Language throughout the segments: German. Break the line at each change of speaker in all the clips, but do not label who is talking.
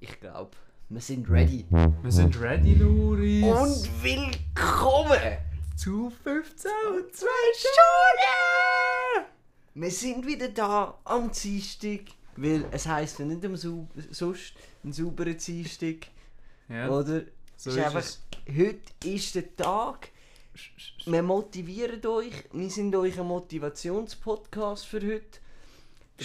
Ich glaube, wir sind ready.
Wir sind ready, Luris.
Und willkommen
zu 15 und 2
Stunden! Wir sind wieder da am Dienstag, weil es heisst ja nicht um Sau- sonst einen sauberen Dienstag,
Ja,
oder?
so
Es
ist
ist einfach,
es.
heute ist der Tag, wir motivieren euch, wir sind euch ein Motivationspodcast für heute.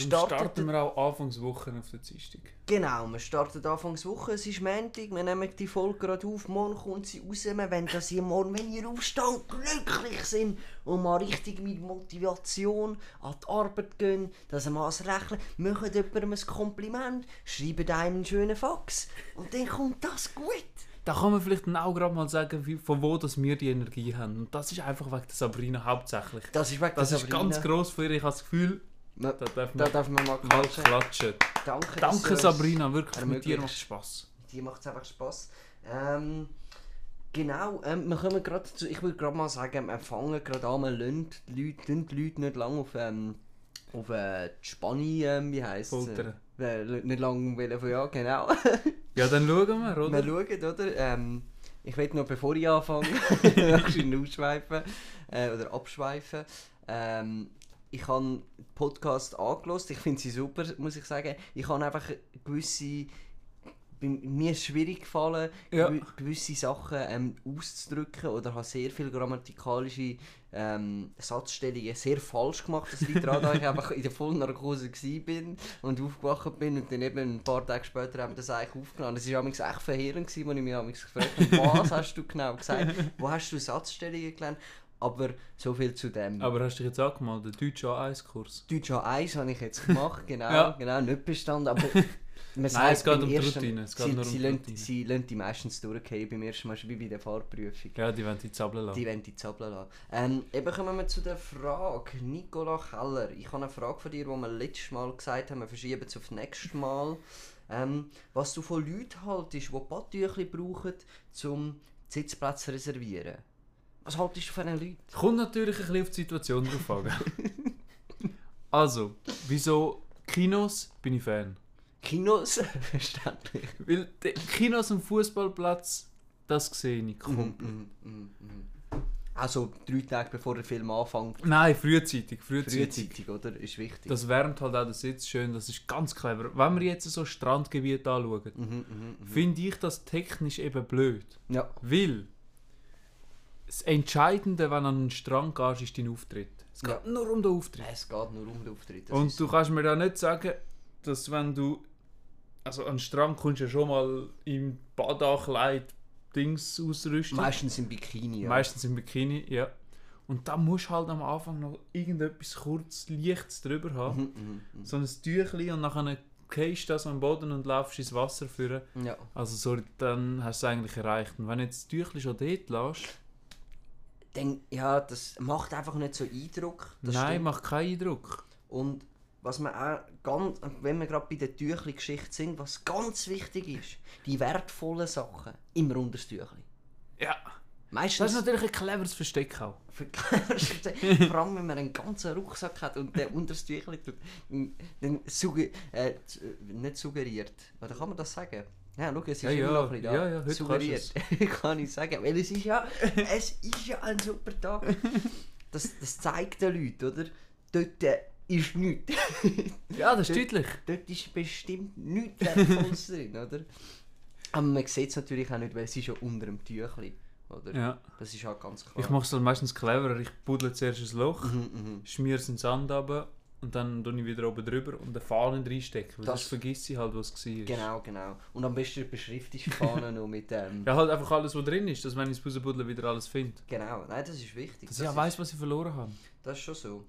Darum starten wir auch Anfangswochen auf der Dienstag.
Genau, wir starten Anfangs Woche, es ist Montag, wir nehmen die Folge gerade auf, morgen kommt sie raus, wir wollen, dass ihr morgen, wenn ihr aufsteht, glücklich sind und mal richtig mit Motivation an die Arbeit gehen, dass ihr mal das Rechnen, macht jemandem ein Kompliment, schreibt einem einen schönen Fax und dann kommt das gut.
Da kann man vielleicht dann auch gerade mal sagen, wie, von wo das wir die Energie haben. Und das ist einfach wegen der Sabrina hauptsächlich.
Das ist weg,
Das ist ganz gross für ihr. Ich habe das Gefühl,
Da
da darf
da
man
darf man mal
mal
klatschen.
klatschen.
Danke, dass ihr
Danke,
uns-
Sabrina. Wirklich, mit dir
ermöglicht.
macht es Spass.
Die macht es einfach Spass. Ähm, genau, ähm, wir kommen gerade zu. Ich würde gerade mal sagen, wir fangen gerade an, wir lassen die Leute, lassen die Leute nicht lange auf, ähm, auf äh, die Spanne, ähm, wie heisst es?
Foltern.
Äh, nicht lange wollen von ja, genau.
Ja, dann schauen wir,
wir
oder?
schauen, oder? Ähm, ich will noch, bevor ich anfange, ein bisschen ausschweifen äh, oder abschweifen. Ähm, ich habe den Podcast angelost, ich finde sie super, muss ich sagen. Ich habe einfach gewisse. bei Mir ist schwierig gefallen,
Ja.
gewi- gewisse Sachen ähm, auszudrücken oder habe sehr viele grammatikalische ähm, Satzstellungen sehr falsch gemacht. Das liegt daran, dass ich einfach in der Vollnarkose war und aufgewacht bin und dann eben ein paar Tage später haben wir das eigentlich aufgenommen. Das war amigs echt verheerend, als ich mich amigs gefragt habe, was hast du genau gesagt, wo hast du Satzstellungen gelernt, aber so viel zu dem.
Aber hast du dich jetzt angemeldet? Deutsch A1-Kurs.
Deutsch A1 habe ich jetzt gemacht, genau,
Ja.
genau, nicht bestanden, aber man
es geht
beim
um die Routine, es geht
sie,
nur um
sie,
die
lassen-
Routine.
sie lassen die meistens durchgehen beim ersten Mal, wie bei der Fahrprüfung.
Ja, die wollen dich zappeln lassen.
Die wollen die zappeln lassen. Ähm, eben kommen wir zu der Frage. Nicola Keller, ich habe eine Frage von dir, die wir letztes Mal gesagt haben, wir verschieben es auf das nächste Mal. Ähm, was du von Leuten haltest, die Badtüchli brauchen, um Sitzplätze zu reservieren. Was haltest du von diesen Leuten?
Kommt natürlich ein bisschen auf die Situation drauf an. gell? also, wieso Kinos bin ich Fan?
Kinos? Verständlich.
Weil die Kinos am Fußballplatz, das sehe ich komplett.
Mhm, mhm, mhm. Also drei Tage bevor der Film anfängt.
Nein, frühzeitig, frühzeitig.
Frühzeitig, oder? Ist wichtig.
Das wärmt halt auch den Sitz schön, das ist ganz clever. Wenn wir jetzt so Strandgebiet anschauen,
Mhm, mhm, mhm.
finde ich das technisch eben blöd.
Ja.
Weil das Entscheidende, wenn du an einen Strand gehst, ist dein Auftritt. Es geht
Ja.
nur um den Auftritt.
Es geht nur um den Auftritt. das
Und
ist-
du kannst mir da nicht sagen, dass wenn du. Also an den Strand kommst du ja schon mal im Badenkleid Dings ausrüsten.
Meistens im Bikini. Ja.
Meistens im Bikini, ja. Und da musst du halt am Anfang noch irgendetwas kurz Lichtes drüber haben.
Mhm, mhm,
So ein Tüchli und dann gehst du das am Boden und laufst ins Wasser führen.
mhm. Ja.
Also so, dann hast du es eigentlich erreicht. Und wenn du jetzt das Tüchli schon dort lässt,
Dann, ja, das macht einfach nicht so Eindruck. Das
nein,
stimmt.
macht keinen Eindruck.
Und was man auch ganz, wenn wir gerade bei der Tüchli-Geschichte sind, was ganz wichtig ist, die wertvollen Sachen immer unter das Tüchli.
Ja. Das
Meistens
ist natürlich ein cleveres Versteck auch.
verkehrt. Vor allem, wenn man einen ganzen Rucksack hat und der unter das Tüchli tut, dann dann sugge äh, zu- nicht suggeriert. Oder kann man das sagen? Ja, schau, es ist
Ja,
immer
ja.
noch ein bisschen da.
Ja, ja, heute kannst du
suggeriert. kann ich sagen. Weil es ist ja, es ist ja ein super Tag. Das, das zeigt den Leuten, oder? Dort äh, ist nichts.
Ja, das ist deutlich.
Dort ist bestimmt nichts Wertvolles drin, oder? Aber man sieht es natürlich auch nicht, weil es ist ja unter dem Tüchli, oder?
Ja.
Das ist ja ganz klar.
Ich mache es halt meistens cleverer. Ich buddle zuerst ein Loch,
Mhm, mhm.
schmiere es in den Sand runter und dann tue ich wieder oben drüber und eine Fahne reinstecken. Weil
Das-
sonst vergesse ich halt, was es war.
Genau, genau. Und am besten beschriftest du die Fahne noch mit ähm,
Ja, halt einfach alles, was drin ist, dass wenn ich das Puzzlebuddle wieder alles finde.
Genau, nein, das ist wichtig.
Dass
das,
ich auch
ist,
weiss, was ich verloren habe.
das ist schon so.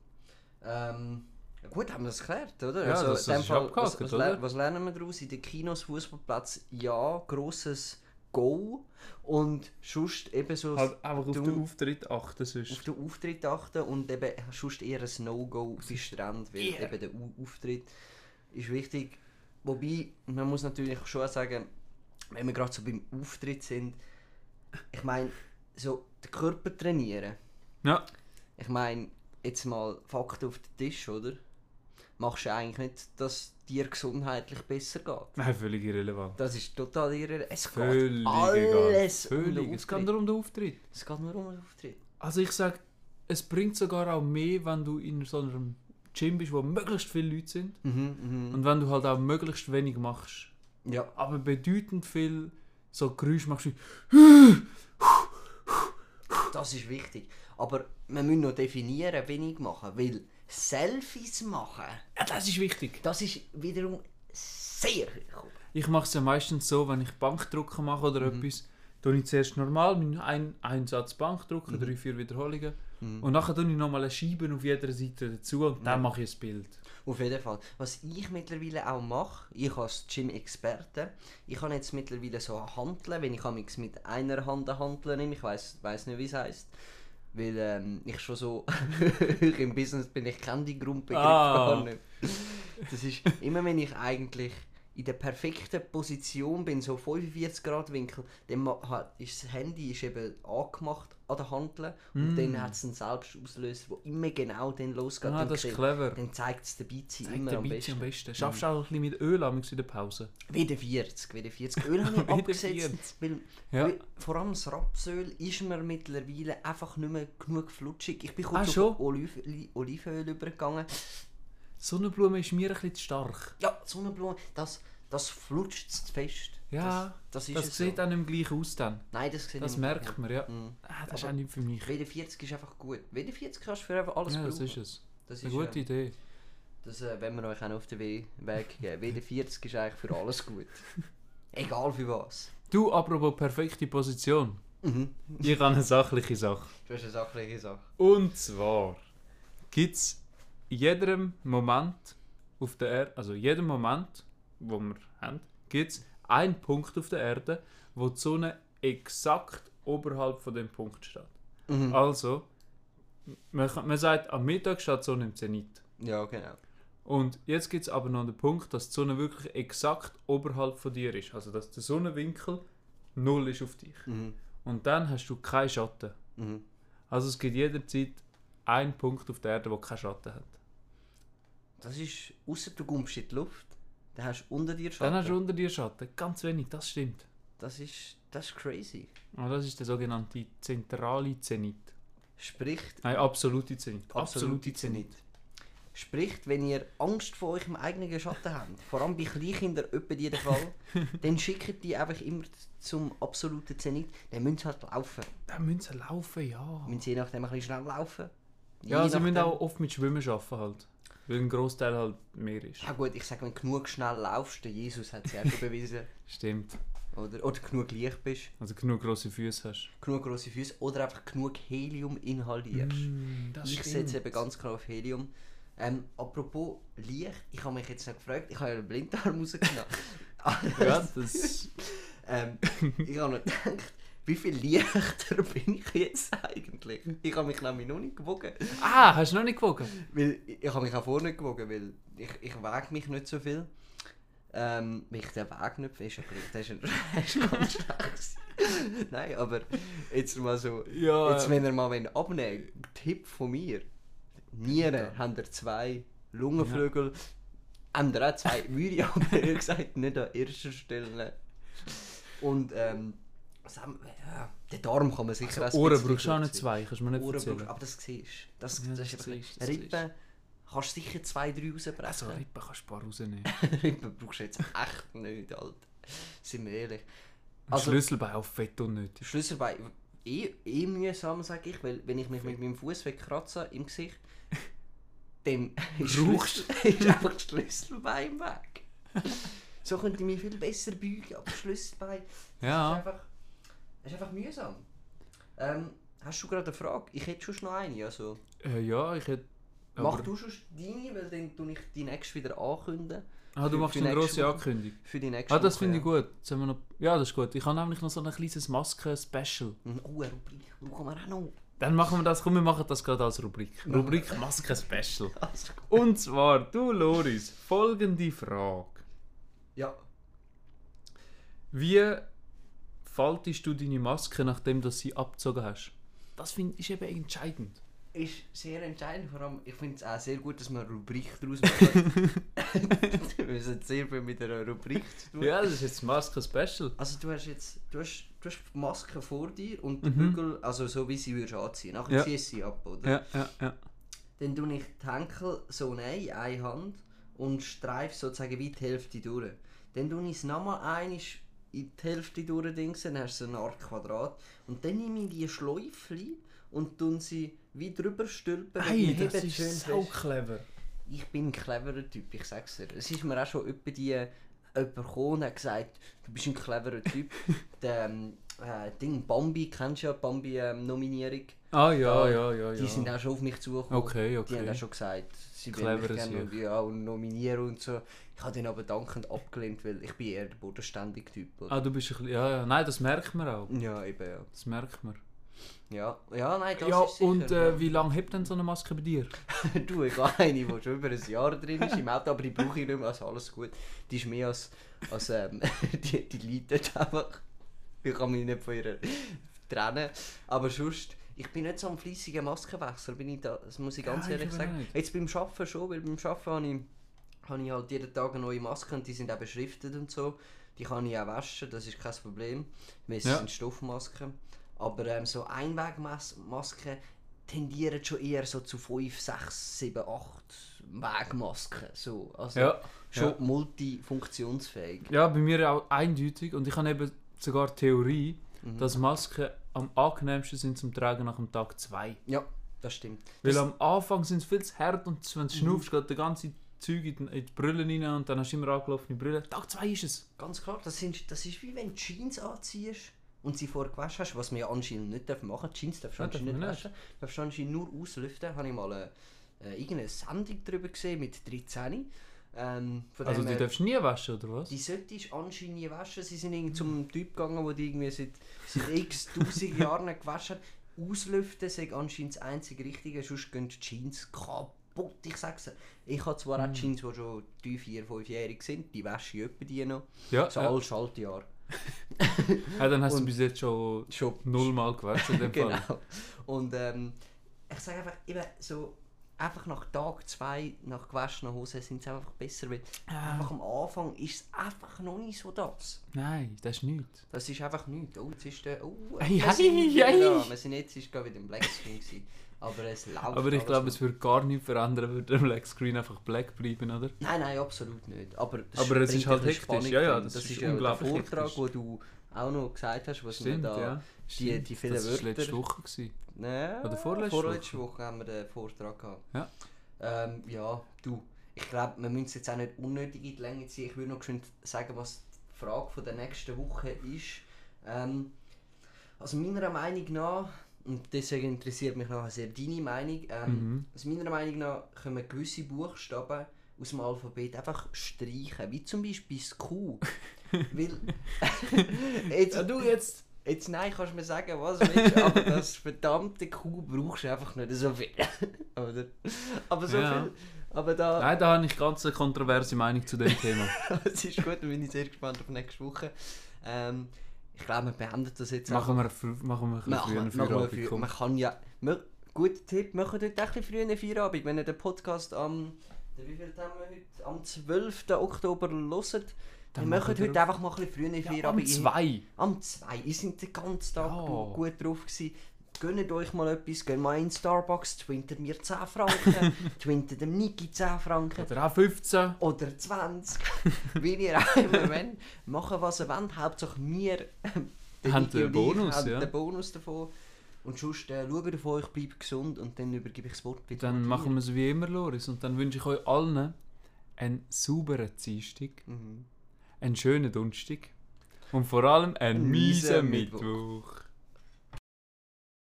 Ähm, ja gut, haben wir das geklärt, oder?
Ja,
also,
das-
in dem
das ist
Fall,
abgehakt,
was, was,
oder?
le- was lernen wir daraus? In den Kinos, Fußballplatz, ja, grosses Go. Und sonst eben so
Halt einfach auf
du-
den Auftritt achten sonst.
auf den Auftritt achten und eben sonst eher ein No-Go bei Strand, weil
Yeah.
eben der Au- Auftritt ist wichtig. Wobei, man muss natürlich schon auch sagen, wenn wir gerade so beim Auftritt sind, ich meine, so den Körper trainieren.
Ja.
Ich meine, jetzt mal Fakten auf den Tisch, oder? Machst du eigentlich nicht, dass dir gesundheitlich besser geht.
Nein, völlig irrelevant.
Das ist total irre. Es
Völlig
geht alles um den
Völlig. Es geht
Auftritt.
nur um den Auftritt.
Es geht nur um den Auftritt.
Also ich sage, es bringt sogar auch mehr, wenn du in so einem Gym bist, wo möglichst viele Leute sind.
Mhm, mhm.
Und wenn du halt auch möglichst wenig machst.
Ja.
Aber bedeutend viel so Geräusche machst wie...
Das ist wichtig. Aber wir müssen noch definieren, wenig machen. Weil Selfies machen,
Ja, das ist wichtig.
das ist wiederum sehr hoch.
Ich mache es ja meistens so, wenn ich Bankdrucken mache oder
Mhm.
etwas, tue ich zuerst normal meinen ein, einen Satz
Mhm.
Bankdrucken, drei, vier Wiederholungen. Und nachher tue ich nochmal eine Scheibe auf jeder Seite dazu und dann mache ich ein Bild.
Auf jeden Fall. Was ich mittlerweile auch mache, ich als Gym-Experte, ich kann jetzt mittlerweile so handeln, wenn ich amix mit einer Hand handeln nehme, ich weiß weiß nicht, wie es heißt. Weil ähm, ich schon so ich im Business bin, ich kenne die Grundbegriffe
Ah.
gar nicht. Das ist immer, wenn ich eigentlich in der perfekten Position bin, so 45 Grad Winkel, dann ma- ha- ist das Handy ist eben angemacht an der Handel und
Mm.
dann hat es einen Selbstauslöser, der immer genau dann losgeht.
Ah,
Dann
das ist
sieht-
clever.
dann zeigt es den Beizi
Zeig
immer
dir
am
bitte
besten. Mhm.
am besten. Schaffst du auch ein bisschen mit Öl am in der Pause?
Wieder 40, wieder 40. Öl habe ich
Wieder
abgesetzt, weil,
Ja.
weil vor allem das Rapsöl ist mir mittlerweile einfach nicht mehr genug flutschig. Ich bin
Ah,
kurz
schon?
auf Oliv Li- Olivenöl übergegangen.
Sonnenblume ist mir ein bisschen zu stark.
Ja, Sonnenblumen, das, das flutscht zu fest.
Ja,
das, das ist
Das
es
sieht
so.
auch nicht gleich aus dann.
Nein, das sieht
Das
nicht mehr
merkt
gut.
man, ja.
Mhm.
Ah, das ist
Aber-
auch nicht für mich.
Weder 40 ist einfach gut. Weder 40 kannst du für einfach alles
Ja, das
brauchen.
ist es.
Das
Eine
ist,
gute
äh,
Idee.
das äh, wenn wir euch auch noch auf den We- Weg geben. Weder 40 ist eigentlich für alles gut. Egal für was.
Du, apropos perfekte Position.
Mhm.
Ich habe eine sachliche Sache.
Du hast eine sachliche Sache.
Und zwar gibt es in jedem Moment auf der Erde, also jedem Moment, wo wir haben, gibt es einen Punkt auf der Erde, wo die Sonne exakt oberhalb von dem Punkt steht.
Mhm.
Also, man, kann- man sagt, am Mittag steht die Sonne im Zenit.
Ja, genau.
Und jetzt gibt es aber noch den Punkt, dass die Sonne wirklich exakt oberhalb von dir ist. Also, dass der Sonnenwinkel null ist auf dich.
Mhm.
Und dann hast du keinen Schatten.
Mhm.
Also es gibt jederzeit einen Punkt auf der Erde, der keinen Schatten hat.
Das ist, außer du gumpst in die Luft, dann hast du unter dir Schatten.
Dann hast du unter dir Schatten. Ganz wenig, das stimmt.
Das ist, das ist crazy.
Und das ist der sogenannte zentrale Zenit.
Spricht,
Nein, absolute Zenit.
Absolute Zenit. spricht, wenn ihr Angst vor eurem eigenen Schatten habt, vor allem bei Kleinkindern, etwa in jedem Fall, dann schickt die einfach immer zum absoluten Zenit. Dann müssen sie halt laufen.
Dann müssen sie laufen, ja.
Müssen sie je nachdem ein bisschen schnell laufen.
Ja,
Je
sie müssen
nachdem.
auch oft mit Schwimmen arbeiten halt. Weil ein Großteil halt mehr ist.
Ja gut, ich sage, wenn du genug schnell laufst, der Jesus hat es ja schon bewiesen.
Stimmt.
Oder, oder genug leicht bist,
Also genug grosse Füße hast.
genug grosse Füße oder einfach genug Helium inhalierst.
Mm, Hm, das
Ich sehe jetzt eben ganz klar auf Helium. Ähm, apropos Licht, ich habe mich jetzt noch gefragt, ich habe ja einen Blinddarm rausgenommen.
Ja, das...
ähm, ich habe noch gedacht, wie viel leichter bin ich jetzt eigentlich? Ich habe mich nämlich noch nicht gewogen.
Ah, hast du noch nicht gewogen?
Weil ich ich habe mich auch vorne gewogen, weil ich, ich wege mich nicht so viel. Ähm, weil ich den Weg nicht finde, das ist ein das ist ganz schlecht. Nein, aber jetzt mal so...
Ja.
Jetzt, wenn ihr mal wollt abnehmen wollt, Tipp von mir. Nieren habt ihr zwei, Lungenflügel habt ihr auch zwei. Würde ich aber ehrlich gesagt nicht an erster Stelle. Und ähm, was haben wir- ja, den Darm kann man sicher
äh,
ein
Ohren
bisschen
brauchst du auch nicht
kürzen.
zwei, kannst du mir nicht
Ohren
erzählen.
brauchst aber das siehst du. Das,
Ja,
das
das
ist einfach
siehst du, das
Rippen kannst du sicher zwei, drei rausbrechen.
Also Rippen kannst du ein paar rausnehmen.
Rippen brauchst du jetzt echt nicht, Alter. Sind wir ehrlich.
Also,
Also-
Schlüsselbein auf Fett und
Der
nicht.
Schlüsselbein eh, eh mühsam, sage ich, weil wenn ich mich mit meinem Fuß wegkratze im Gesicht, dann ist,
Rauchst.
Schlüssel- ist einfach das Schlüsselbein weg. So könnte ich mich viel besser beugen, aber das Schlüsselbein
Ja.
ist, einfach, ist einfach mühsam. Ähm, hast du gerade eine Frage? Ich hätte schon noch eine. Also,
Äh, ja, ich hätte.
mach
aber-
du schon deine, weil dann tue ich die nächste wieder ankünden.
ah, du
für-
machst
für
eine
nächste
grosse
Woche.
Ankündigung.
Für die nächste
Ah, das
Woche,
finde
ja.
ich gut. Jetzt haben wir noch, ja, das ist gut. Ich habe nämlich noch so ein kleines Masken-Special.
Mhm, Oh, eine Rubrik brauchen wir auch noch.
Dann machen wir das, komm, wir machen das gerade als Rubrik. Rubrik Masken-Special.
Also,
Und zwar, du Loris, folgende Frage.
ja.
Wie faltest du deine Maske, nachdem du sie abgezogen hast? Das finde ich eben entscheidend.
ist sehr entscheidend. Vor allem, ich finde es auch sehr gut, dass man eine Rubrik daraus macht. es hat sehr viel mit einer Rubrik zu tun.
Ja, das ist jetzt Maske Special.
Also du hast jetzt du hast, du hast die Maske vor dir und den
Mhm.
Bügel, also so wie sie würdest anziehen. Nachher
Ja.
schießt sie ab, oder?
Ja, ja, ja.
Dann tue ich die Henkel so rein, eine Hand und streife sozusagen wie die Hälfte durch. Dann tue ich es nochmal einisch in die Hälfte durch, Dings, dann hast du so eine Art Quadrat. Und dann nehme ich die Schläufchen und tun sie wie drüber stülpen und
Hey,
hebe
das
die schön
ist so
fest.
clever.
Ich bin ein cleverer Typ, ich sag's dir. Es ist mir auch schon über die äh, jemand gekommen und hat gesagt, du bist ein cleverer Typ. Der ähm, äh, Ding Bambi, kennst du ja Bambi ähm, Nominierung?
Ah
Ja,
ja, ja, ja, ja.
Die sind auch schon auf mich zugekommen.
Okay,
Die haben
okay.
auch schon gesagt, sie würden mich
Cleverer
gerne
Sieg.
und, ja, und nominieren und so. Ich habe den aber dankend abgelehnt, weil ich bin eher der bodenständige Typ. Oder?
Ah, du bist ein bisschen... Ja, ja. Nein, das merkt man auch.
Ja, eben ja.
Das merkt man.
Ja, ja nein, das
ja,
ist sicher.
und äh, wie lange hebt denn so eine Maske bei dir?
du, ich habe eine, die schon über ein Jahr drin ist im Auto, aber die brauche ich nicht mehr, also alles gut. Die ist mehr als, als ähm, die, die leidet einfach. Ich kann mich nicht von ihr trennen. Aber sonst, ich bin nicht so ein fleissiger Maskenwechsel, bin ich da, das muss ich ganz
Ja, ich
ehrlich
aber
sagen.
nicht.
Jetzt beim Arbeiten schon, weil beim Arbeiten habe ich, habe ich halt jeden Tag eine neue Maske und die sind auch beschriftet und so. Die kann ich auch waschen, das ist kein Problem. Es
Ja.
sind Stoffmasken. Aber ähm, so Einwegmasken tendieren schon eher so zu 5, 6, 7, 8 Wegmasken. So. Also
Ja,
schon
ja.
multifunktionsfähig.
Ja, bei mir auch eindeutig. Und ich habe eben sogar die Theorie,
Mhm.
dass Masken am angenehmsten sind zum Tragen nach dem Tag 2.
Ja, das stimmt.
Weil
Das- Mhm.
am Anfang sind sie viel zu hart und wenn du schnaufst, geht der ganze Zeug in die, in die Brille rein und dann hast du immer angelaufene Brille. Tag 2 ist es.
Ganz klar, das, sind, das ist wie wenn du Jeans anziehst und sie vorher gewaschen hast, was man ja anscheinend nicht darf machen darf. Jeans darfst du
Ja,
anscheinend
darf
nicht
man
waschen. Darfst du anscheinend nur auslüften. Habe ich mal eine, äh, irgendeine Sendung darüber gesehen mit 13. Ähm, von
Also
dem
die
her-
darfst du nie waschen, oder was?
Die solltest du anscheinend nie waschen. Sie sind irgendwie zum Typ gegangen, der die irgendwie seit, seit x tausend Jahren nicht gewaschen hat. Auslüften sei anscheinend das einzige Richtige, sonst gehen die Jeans kaputt. Ich sag's dir. Ich habe zwar auch
Hm.
Jeans, die schon 3, 4, 5-jährig sind, die wasche ich etwa die noch.
Ja,
So
ja.
alle Schaltjahre.
ja dann hast du bis jetzt schon
Schon
nullmal gewaschen. in dem Fall.
genau. Und ähm, ich sage einfach, eben so, einfach nach Tag zwei nach gewaschener Hose sind es einfach besser, weil einfach am Anfang ist es einfach noch nicht so das.
Nein, das ist nichts.
Das ist einfach nichts. Oh, jetzt ist der. Oh,
Ei,
wir sind
ei,
wieder
ei.
da. Wir sind jetzt ist gerade wieder im Blackscreen gewesen. Aber es läuft.
Aber ich
alles
glaube,
noch.
es würde gar nichts verändern, würde der Black Screen einfach black bleiben, oder?
Nein, nein, absolut nicht. Aber, das
Aber es
bringt
ist halt
ein bisschen
hektisch.
Spannung
Ja, ja,
rein.
das ist
ja
unglaublich
der Vortrag,
hektisch.
wo du auch noch gesagt hast, was wir
Stimmt,
da.
ja.
Die, die
Stimmt.
vielen
das war
Wörter.
letzte Woche. Gewesen.
Nein,
Oder vorletzte
Woche. haben wir den Vortrag gehabt.
Ja.
Ähm, ja, du. Ich glaube, wir müssen es jetzt auch nicht unnötig in die Länge ziehen. Ich würde noch schön sagen, was die Frage von der nächsten Woche ist. Ähm, also meiner Meinung nach, und deswegen interessiert mich nachher sehr deine Meinung, ähm,
Mhm.
also meiner Meinung nach können gewisse Buchstaben aus dem Alphabet einfach streichen, wie zum Beispiel das Q. Weil... jetzt,
Ja, du jetzt!
Jetzt nein, kannst du mir sagen, was willst du, aber das verdammte Kuh brauchst du einfach nicht so viel. Oder? Aber so
Ja.
viel. Aber da,
Nein, da habe ich ganz eine kontroverse Meinung zu dem Thema.
es ist gut, da bin ich sehr gespannt auf nächste Woche. Ähm, ich glaube, wir beenden das jetzt
machen, wir, fr- machen wir ein bisschen
Machen
früher
wir,
einen
machen wir früh.
Feierabend. komm.
Man kann ja. Man, guter Tipp, machen wir heute ein bisschen früh einen Feierabend. Wenn ihr den Podcast am. Wie viel haben wir heute? Am 12. Oktober hört, dann
Dann
machen
machen wir
heute
auf-
einfach mal ein bisschen früh einen
Ja, am
Feierabend. Ich-
zwei.
Am 2. Ihr seid den ganzen Tag
Ja.
du- gut drauf. Gewesen. Gönnt euch mal etwas, geht mal in den Starbucks, twintet mir 10 Franken, twintet dem Niki 10 Franken
Oder auch 15.
oder 20. Wie ihr auch immer wollt. Machen, was ihr wollt. Hauptsache wir der
Haben
Niki
den
und ich
Bonus,
haben
ja.
den Bonus davon. Und sonst äh, schaut auf euch, bleibt gesund und dann übergebe ich das Wort wieder.
Dann machen wir es wie immer, Loris. Und dann wünsche ich euch allen einen sauberen Dienstag,
Mhm.
einen schönen Donnerstag und vor allem einen
Miesen
miesen
Mittwoch.
Mittwoch.